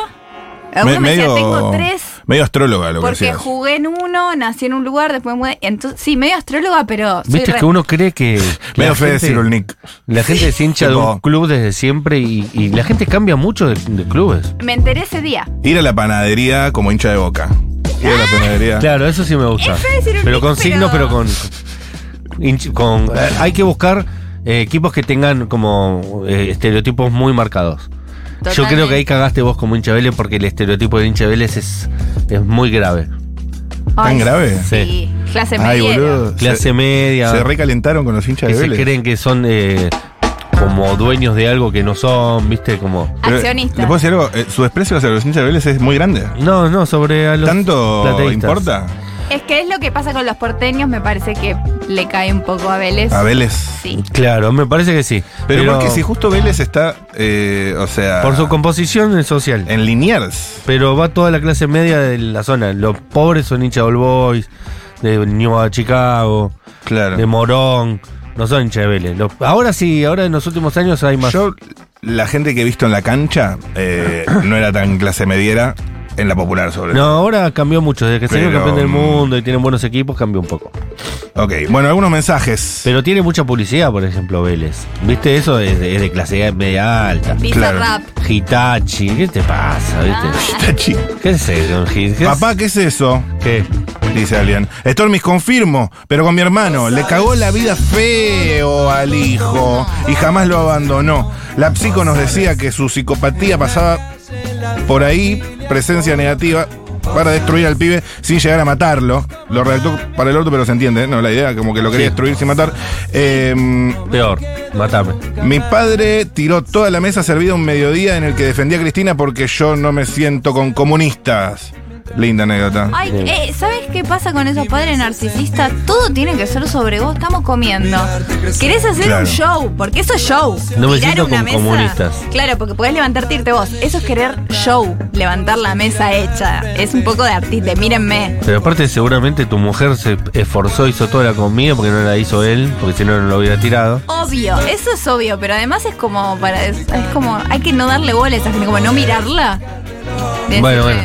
Algunos me, decían, tengo tres. medio astróloga lo que Porque decías. jugué en uno, nací en un lugar, después mudé. Entonces, sí, medio astróloga, pero. soy Viste re- que uno cree *laughs* que... Medio la fe de gente- Ciro el Nick. La gente es hincha de un Tipo- club desde siempre y, y la gente cambia mucho de, de clubes. Me enteré ese día. Ir a la panadería como hincha de boca. Ir Ah, a la panadería. Claro, eso sí me gusta. Eso es decir un Pero con mix, signos, pero pero- con. hinch- con- eh, hay que buscar eh, equipos que tengan como eh, estereotipos muy marcados. Yo Totalmente. creo que ahí cagaste vos como hincha Vélez porque el estereotipo de hincha Vélez es, es muy grave. ¿Tan grave? Sí. Clase Ay, media. boludo. Clase se, media. se recalentaron con los hinchas de que se Vélez. creen que son eh, como dueños de algo que no son, ¿viste? Como. Pero, Accionista. ¿Le puedo decir algo? Eh, su desprecio hacia los hinchas de Vélez es muy grande. No, no, sobre a los ¿Tanto plateístas. importa? Es que es lo que pasa con los porteños, me parece que le cae un poco a Vélez. A Vélez. Sí. Claro, me parece que sí. Pero, porque si justo Vélez está, eh, o sea, Por su composición social. en Liniers. Pero va toda la clase media de la zona. Los pobres son hinchas de All Boys, de New Chicago, Claro. de Morón. No son hinchas de Vélez. Los- ahora sí, ahora en los últimos años hay más. Yo, la gente que he visto en la cancha eh, no era tan clase mediera en la popular, sobre no, ahora cambió mucho. Desde que se dio Pero, campeón del mm. mundo y tienen buenos equipos, cambió un poco. todo. Ok, bueno, algunos mensajes. *laughs* Pero tiene mucha publicidad, por ejemplo, Vélez. ¿Viste? Eso es de, es de clase media alta. Pizza Claro. rap. Hitachi, ¿qué te pasa? ¿Viste? Tachi. ¿Qué es eso? ¿Qué es- Papá, ¿qué es eso? ¿Qué? Dice alguien. Stormis, confirmo, pero con mi hermano. Le cagó la vida feo al hijo y jamás lo abandonó. La psico nos decía que su psicopatía pasaba por ahí, presencia negativa, para destruir al pibe sin llegar a matarlo. Lo redactó para el orto, pero se entiende, ¿no? La idea, como que lo quería Sí. destruir sin matar. Eh, Peor, matame. mi padre tiró toda la mesa servida un mediodía en el que defendía a Cristina porque yo no me siento con comunistas. Linda anécdota. Ay, eh, ¿sabes qué pasa con esos padres narcisistas? Todo tiene que ser sobre vos, estamos comiendo. Querés hacer Claro. un show, porque eso es show. No me Tirar siento una con mesa- comunistas. Claro, porque podés levantarte e irte vos. Eso es querer show, levantar la mesa hecha. Es un poco de artista, mírenme. Pero aparte seguramente tu mujer se esforzó, hizo toda la comida porque no la hizo él, porque si no no lo hubiera tirado. Obvio, eso es obvio, pero además es como para es, es como hay que no darle bola a esa gente, como no mirarla. Decirle, Bueno, bueno.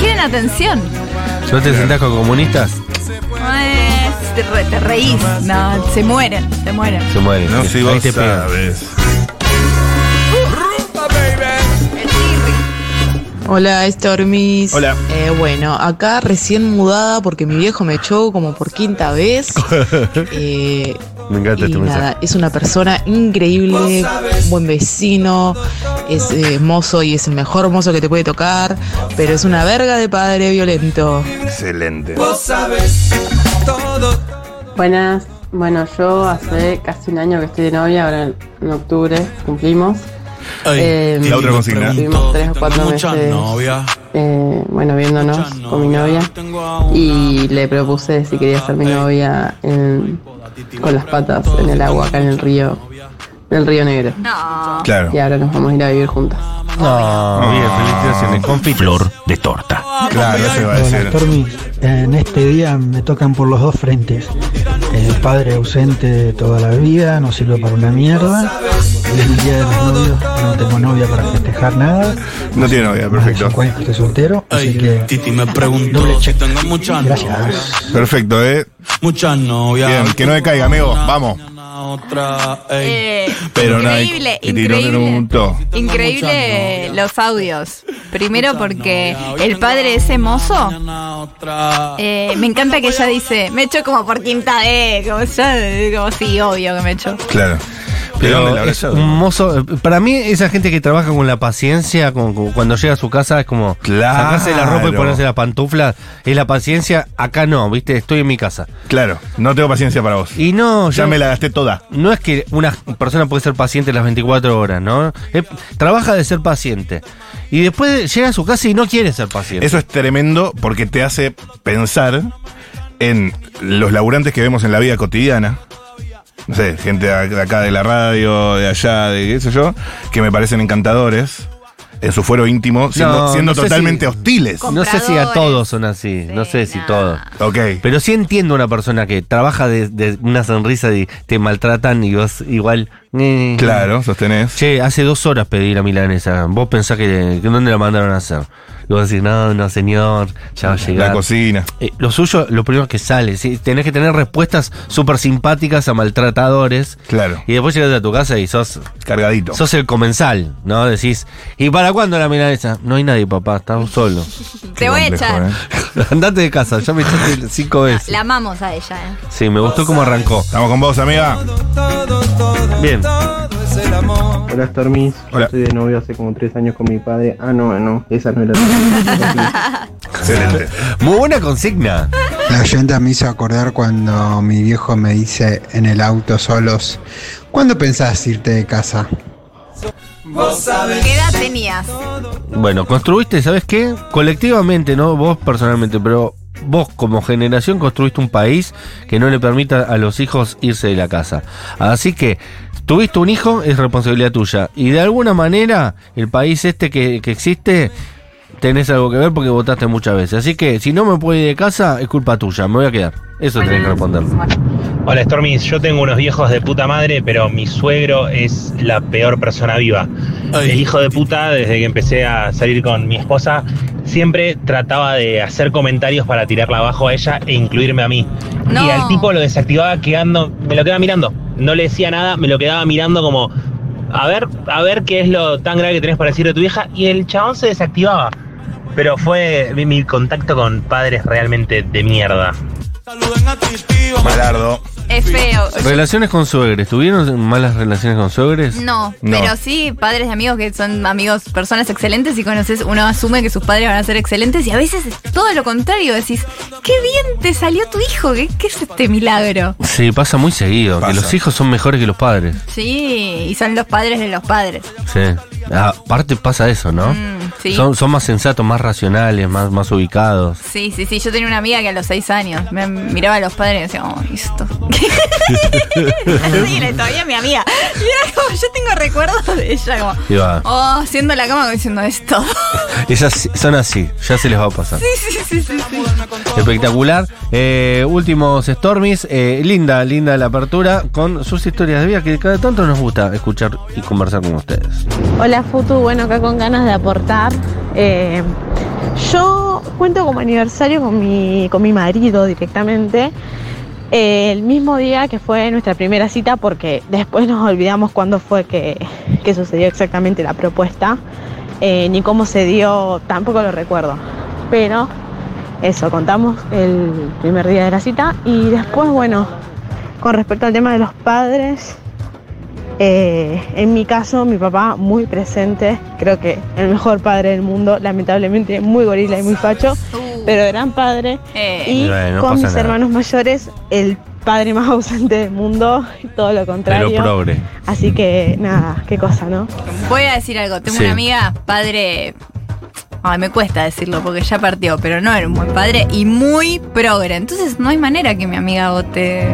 Quieren atención. ¿No te sentás con comunistas? Pues, te, re- te reís. No, se mueren, se mueren. Se muere. No, si Ahí vos te pega. sabes. Hola, Stormis. Hola. Eh, bueno, acá recién mudada porque mi viejo me echó como por quinta vez. Eh, Me encanta y este mensaje. nada, es una persona increíble, buen vecino, es eh, mozo y es el mejor mozo que te puede tocar, pero es una verga de padre violento. Excelente. Buenas, bueno, yo hace casi un año que estoy de novia, ahora en- en octubre cumplimos. Eh, la otra consigna. Estuvimos tres o cuatro muchas meses, novias. eh, bueno, viéndonos con mi novia y le propuse si quería ser mi novia en- con las patas en el agua acá en el río, en el río Negro. Claro. Y ahora nos vamos a ir a vivir juntas. No, Ah. bien, felicitaciones. Con Flor de torta. Claro, eso iba a Hola, decir. Stormy. En este día me tocan por los dos frentes. El padre ausente de toda la vida, no sirve para una mierda. Y el día de los novios, no tengo novia para festejar nada. No tiene novia, perfecto. Cinco años que estoy soltero, así que Titi me preguntó si tengo muchas novias. Perfecto, ¿eh? Muchas novias. Bien, que no me caiga, amigo. Vamos. Otra, ey. Eh, Pero nada, increíble, que tiró en increíble. un to. Increíble los audios. Primero porque el padre de ese mozo, eh, me encanta que ella dice, me echo como por quinta vez, como ya, como sí, obvio que me echo. Claro. Pero es un mozo. eh, Para mí, esa gente que trabaja con la paciencia, con- con- cuando llega a su casa, es como Claro. sacarse la ropa y ponerse las pantuflas. Es la paciencia. Acá no, ¿viste? Estoy en mi casa. Claro, no tengo paciencia para vos. Y no, Ya yo- me la gasté toda. No es que una persona puede ser paciente las 24 horas, ¿no? Eh, trabaja de ser paciente. Y después llega a su casa y no quiere ser paciente. Eso es tremendo porque te hace pensar en los laburantes que vemos en la vida cotidiana. No sé, gente de acá de la radio, de allá, de qué sé yo, que me parecen encantadores en su fuero íntimo, siendo, No, siendo no sé totalmente si- hostiles. No sé si a todos son así, no sé si todos. Ok. Pero sí entiendo a una persona que trabaja de, de una sonrisa y te maltratan y vos igual. eh. Claro, sostenés. Che, hace dos horas pedí la milanesa. Vos pensás que, que dónde la mandaron a hacer. Y vos decís, no, no, señor, ya va a llegar. La cocina. Eh, lo suyo, lo primero que sale. ¿sí? Tenés que tener respuestas súper simpáticas a maltratadores. Claro. Y después llegas a tu casa y sos. Cargadito. Sos el comensal, ¿no? Decís, ¿y para cuándo la milanesa? No hay nadie, papá, estás vos solo. Te voy a echar. *laughs* Andate de casa, ya me echaste cinco veces. La amamos a ella, ¿eh? Sí, me gustó cómo arrancó. Estamos con vos, amiga. Bien. Hola Stormis, Yo Hola. estoy de novio hace como tres años con mi padre. Ah, no, no, esa no era. *laughs* Excelente. Muy buena consigna. La oyenta me hizo acordar cuando mi viejo me dice en el auto solos, ¿cuándo pensás irte de casa? ¿Qué edad tenías? Bueno, construiste, ¿sabes qué? Colectivamente, no vos personalmente, pero vos como generación construiste un país que no le permita a los hijos irse de la casa. Así que tuviste un hijo, es responsabilidad tuya. Y de alguna manera, el país este que, que existe, tenés algo que ver porque votaste muchas veces. Así que si no me puedo ir de casa, es culpa tuya, me voy a quedar. Eso tenés que responder. Hola Stormis, yo tengo unos viejos de puta madre, pero mi suegro es la peor persona viva. El hijo de puta, desde que empecé a salir con mi esposa, siempre trataba de hacer comentarios para tirarla abajo a ella e incluirme a mí. No. Y al tipo lo desactivaba quedando, me lo quedaba mirando. No le decía nada, me lo quedaba mirando como, a ver, a ver qué es lo tan grave que tenés para decir de tu vieja. Y el chabón se desactivaba. Pero fue mi- mi contacto con padres realmente de mierda. Malardo. Es feo. Relaciones con suegres, ¿tuvieron malas relaciones con suegres? No, No. pero sí padres y amigos que son amigos, personas excelentes y conoces, uno asume que sus padres van a ser excelentes y a veces es todo lo contrario, decís, qué bien te salió tu hijo, ¿qué, qué es este milagro? Sí, pasa muy seguido, que Pasa. los hijos son mejores que los padres. Sí, y son los padres de los padres. Sí. Aparte pasa eso, ¿no? Mm, sí. Son, son más sensatos, más racionales, más, más ubicados. Sí, sí, sí, yo tenía una amiga que a los seis años me miraba a los padres y decía, oh, esto. sí, era todavía mi amiga. Y era como, yo tengo recuerdos de ella como, Y va. oh, haciendo la cama como diciendo esto. Esas son así, ya se les va a pasar. sí, sí, sí, sí, sí. Espectacular. Eh, últimos Stormies. eh, linda, linda la apertura con sus historias de vida que cada tanto nos gusta escuchar y conversar con ustedes. Hola Futu, bueno, acá con ganas de aportar. Eh, yo cuento como aniversario con mi, con mi marido directamente eh, el mismo día que fue nuestra primera cita, porque después nos olvidamos cuándo fue que, que sucedió exactamente la propuesta, eh, ni cómo se dio, tampoco lo recuerdo. Pero eso, contamos el primer día de la cita y después, bueno, con respecto al tema de los padres, eh, en mi caso, mi papá muy presente, creo que el mejor padre del mundo, lamentablemente muy gorila y muy facho, pero gran padre. Y Bueno, no con pasa mis nada. hermanos mayores, el padre más *laughs* ausente del mundo, todo lo contrario. Pero progre. Así que nada, qué cosa, ¿no? Voy a decir algo. Tengo Sí. una amiga, padre. Ay, me cuesta decirlo porque ya partió, pero no era un buen padre y muy progre. Entonces no hay manera que mi amiga vote.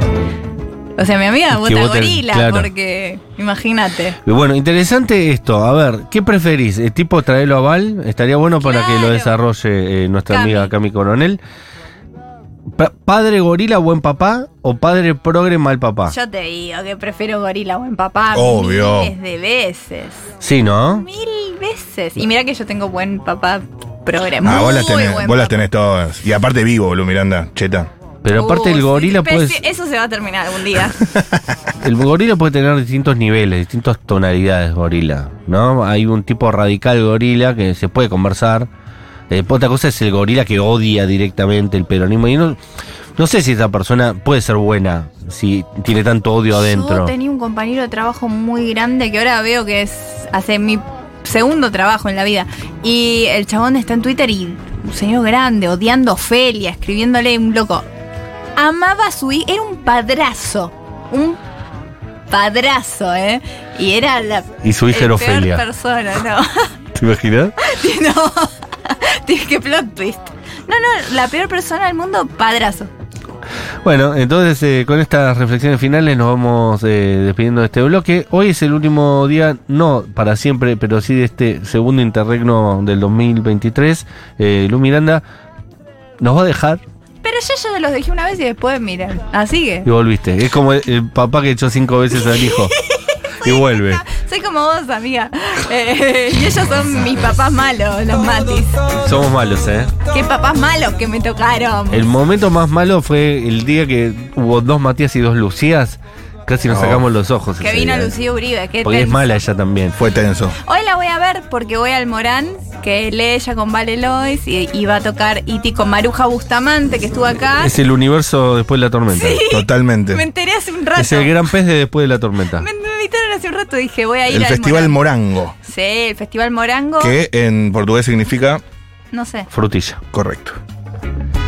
O sea, mi amiga Que vota vote el- gorila claro. porque. Imagínate. Y Bueno, interesante esto. A ver, ¿qué preferís? ¿El tipo traerlo a Val? Estaría bueno para que lo desarrolle eh, nuestra Cami. amiga Cami Coronel. Pa- ¿Padre gorila buen papá o padre progre mal papá? Yo te digo que prefiero gorila buen papá Ah. Obvio. miles de veces. Sí, ¿no? Mil veces. Y mira que yo tengo buen papá progre. Ah, vos muy las tenés, buen vos las papá. tenés todas. Y aparte vivo, boludo, Miranda, cheta. Pero aparte Uh, el sí, gorila pero puede sí, Eso se va a terminar algún día. el gorila puede tener distintos niveles, distintas tonalidades gorila, ¿no? Hay un tipo radical gorila que se puede conversar. Eh, otra cosa es el gorila que odia directamente el peronismo. Y no, no sé si esa persona puede ser buena si tiene tanto odio Yo adentro. tenía un compañero de trabajo muy grande que ahora veo que es hace mi segundo trabajo en la vida. Y el chabón está en Twitter y un señor grande, odiando a Ofelia, escribiéndole un loco. Amaba a su hija, era un padrazo. Un padrazo, ¿eh? Y era la. Y su hija el era peor Ofelia. persona, no. *laughs* ¿Te imaginas? no. Tienes que plot twist. No, no, la peor persona del mundo, padrazo. Bueno, entonces eh, con estas reflexiones finales nos vamos eh, despidiendo de este bloque. Hoy es el último día, no para siempre, pero sí de este segundo interregno del 2023. Eh, Lu Miranda nos va a dejar Pero yo ya los dejé una vez y después miren. Así que. y volviste. Es como el, el papá que echó cinco veces al *laughs* hijo y vuelve. Soy como vos, amiga. Eh, *laughs* y ellos son mis papás malos, los matis. Somos malos, ¿eh? Qué papás malos que me tocaron. El momento más malo fue el día que hubo dos Matías y dos Lucías. Casi nos No. sacamos los ojos. Oh. que ese vino día. Lucía Uribe. Qué eh. Porque es tenso. mala ella también. Fue *laughs* tenso. Hoy la voy a ver porque voy al Morán, que lee ella con Vale Lois y, y va a tocar Iti con Maruja Bustamante, que estuvo acá. Es el universo después de la tormenta. Ah. Sí. *laughs* Totalmente. Me enteré hace un rato. Es el gran pez de después de la tormenta. Me invitaron hace un rato y dije, voy a ir El al Festival Morán. Morango, Sí, el Festival Morango. que en portugués significa No sé. Frutilla. correcto.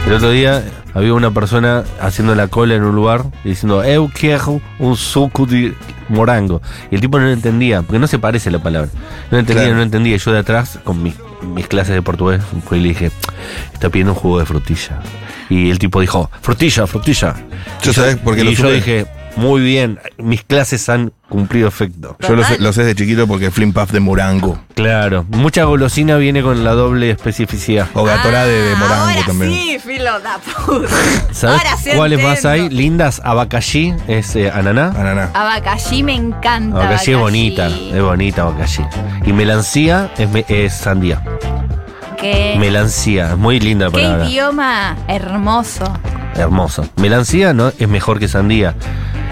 El otro día había una persona haciendo la cola en un lugar y diciendo, eu quiero un suco de morango. Y el tipo no lo entendía, porque no se parece la palabra. No entendía, Claro. no entendía. Yo de atrás, con mis, mis clases de portugués, fui y le dije, está pidiendo un jugo de frutilla. Y el tipo dijo, frutilla, frutilla. Yo sabés por qué y lo yo supe. dije, muy bien, mis clases han cumplido efecto. Yo lo sé, lo sé de chiquito porque Flim Puff de Morango. Claro, mucha golosina viene con la doble especificidad. O gatorade de morango Ah, Ahora también. sí, filo da *laughs* puta. ¿Sabes Ahora sí cuáles más entiendo. hay? Lindas, abacallí, es eh, ananá. Ananá. Abacallí me encanta. Abacallí es abacallí. bonita, es bonita abacallí. Y melancía es, me- es sandía. Qué, Melancía, es muy linda la qué palabra. idioma hermoso. Hermosa. Melancía no es mejor que sandía.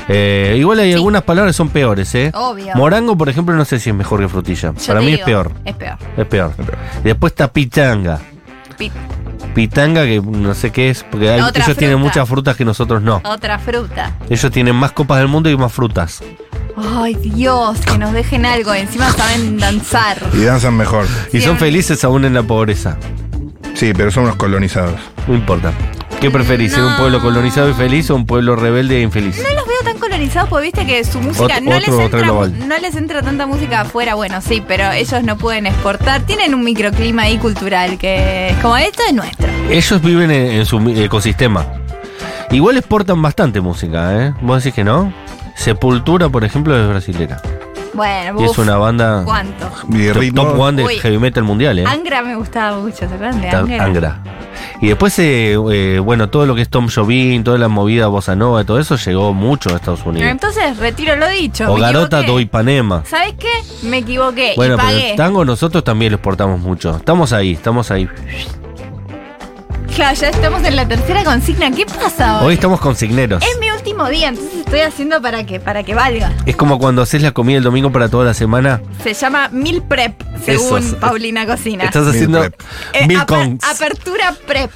Eh, igual hay algunas palabras que son peores, ¿eh? Obvio. Morango, por ejemplo, no sé si es mejor que frutilla. Yo Para te mí es digo, peor. Es peor. Es peor. Después está pichanga. Pi- Pitanga, que no sé qué es, porque hay- ellos Otra tienen fruta. muchas frutas que nosotros no. Otra fruta. Ellos tienen más copas del mundo y más frutas. Ay, Dios, que nos dejen algo. Encima saben danzar. Y danzan mejor. Y son felices aún en la pobreza. Sí, pero son unos colonizados. No importa. ¿Qué preferís, ser un pueblo colonizado y feliz o un pueblo rebelde e infeliz? No los veo tan colonizados porque viste que su música Ot- no, les otro- entra, otro global. no les entra tanta música afuera. Bueno, sí, pero ellos no pueden exportar. Tienen un microclima ahí cultural que es como esto es nuestro. Ellos viven en, en su mi- ecosistema. Igual exportan bastante música, ¿eh? ¿Vos decís que no? Sepultura, por ejemplo, es brasilera. Bueno, Y es uf, una banda ¿Cuánto? Y top, ritmo. top one de Uy. heavy metal mundial, ¿eh? Angra me gustaba mucho, ¿se acuerdan de Ta- Angra? Angra. Y después, eh, eh, bueno, todo lo que es Tom Jobim, toda la movida bossa nova, todo eso llegó mucho a Estados Unidos. Entonces, retiro lo dicho. o me Garota equivoqué. do Ipanema. ¿Sabes qué? Me equivoqué Bueno, y pero pagué. el tango nosotros también lo exportamos mucho. Estamos ahí, estamos ahí. Claro, ya estamos en la tercera consigna. ¿Qué pasa Hoy hoy? estamos consigneros. Es mi último día, entonces estoy haciendo para que, para que valga. Es como cuando haces la comida el domingo para toda la semana. Se llama Mil Prep, Eso, según es- Paulina Cocina. Estás haciendo Eh, mil aper- cons. apertura Prep.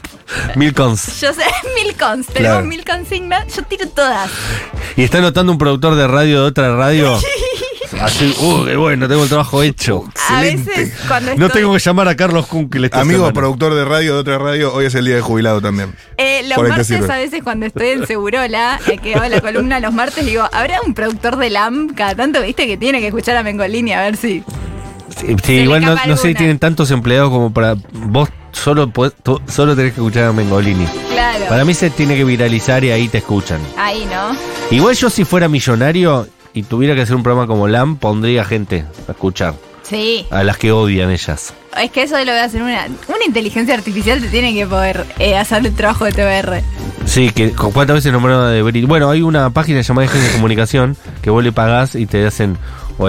Mil cons. Yo sé, *laughs* mil cons. Tenemos Claro. mil consignas. Yo tiro todas. Y está notando un productor de radio de otra *laughs* radio. Así, uh, qué bueno, tengo el trabajo hecho. A veces cuando estoy... No tengo que llamar a Carlos Kunkel esta Amigo semana. productor de radio de otra radio, hoy es el día de jubilado también. Eh, los Por ahí te martes sirve. a veces cuando estoy en Segurola, eh, que hago la columna los martes, digo, ¿habrá un productor de LAM? Cada tanto, viste, que tiene que escuchar a Mengolini a ver si... Sí, sí, le igual no, escapa no sé si alguna. tienen tantos empleados como para. Vos solo, podés- tú- solo tenés que escuchar a Mengolini. Claro. Para mí se tiene que viralizar y ahí te escuchan. Ahí, ¿no? Igual yo si fuera millonario y tuviera que hacer un programa como LAM, pondría gente a escuchar. Sí. A las que odian ellas. Es que eso lo voy a hacer una... Una inteligencia artificial te tiene que poder eh, hacer el trabajo de TBR. Sí, que con cuántas veces nombraron a de Brit- Bueno, hay una página llamada Ejes de Comunicación que vos le pagás y te hacen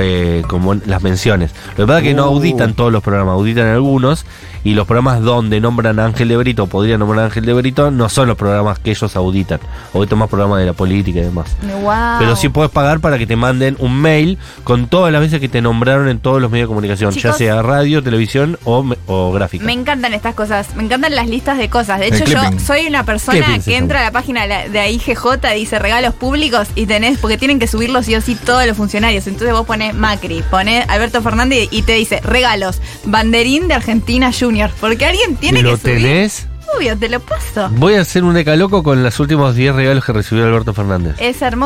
eh, como las menciones. Lo que pasa es que no Uh. auditan todos los programas, auditan algunos y los programas donde nombran a Ángel de Brito o podrían nombrar a Ángel de Brito no son los programas que ellos auditan. Auditan más programas de la política y demás. Wow. Pero sí puedes pagar para que te manden un mail con todas las veces que te nombraron en todos los medios de comunicación, ya Chicos. sea radio, televisión o, me- o gráfica. Me encantan estas cosas, me encantan las listas de cosas. De El hecho, yo clipping. soy una persona Clipping se que entra a la página de la- de la IGJ, dice regalos públicos y tenés, porque tienen que subirlos sí o sí todos los funcionarios. Entonces vos pones Macri, pones Alberto Fernández y te dice regalos, banderín de Argentina Juniors. Porque alguien tiene ¿Lo que subir. tenés? Obvio, te lo paso. Voy a hacer un decaloco con los últimos 10 regalos que recibió Alberto Fernández. Es hermoso.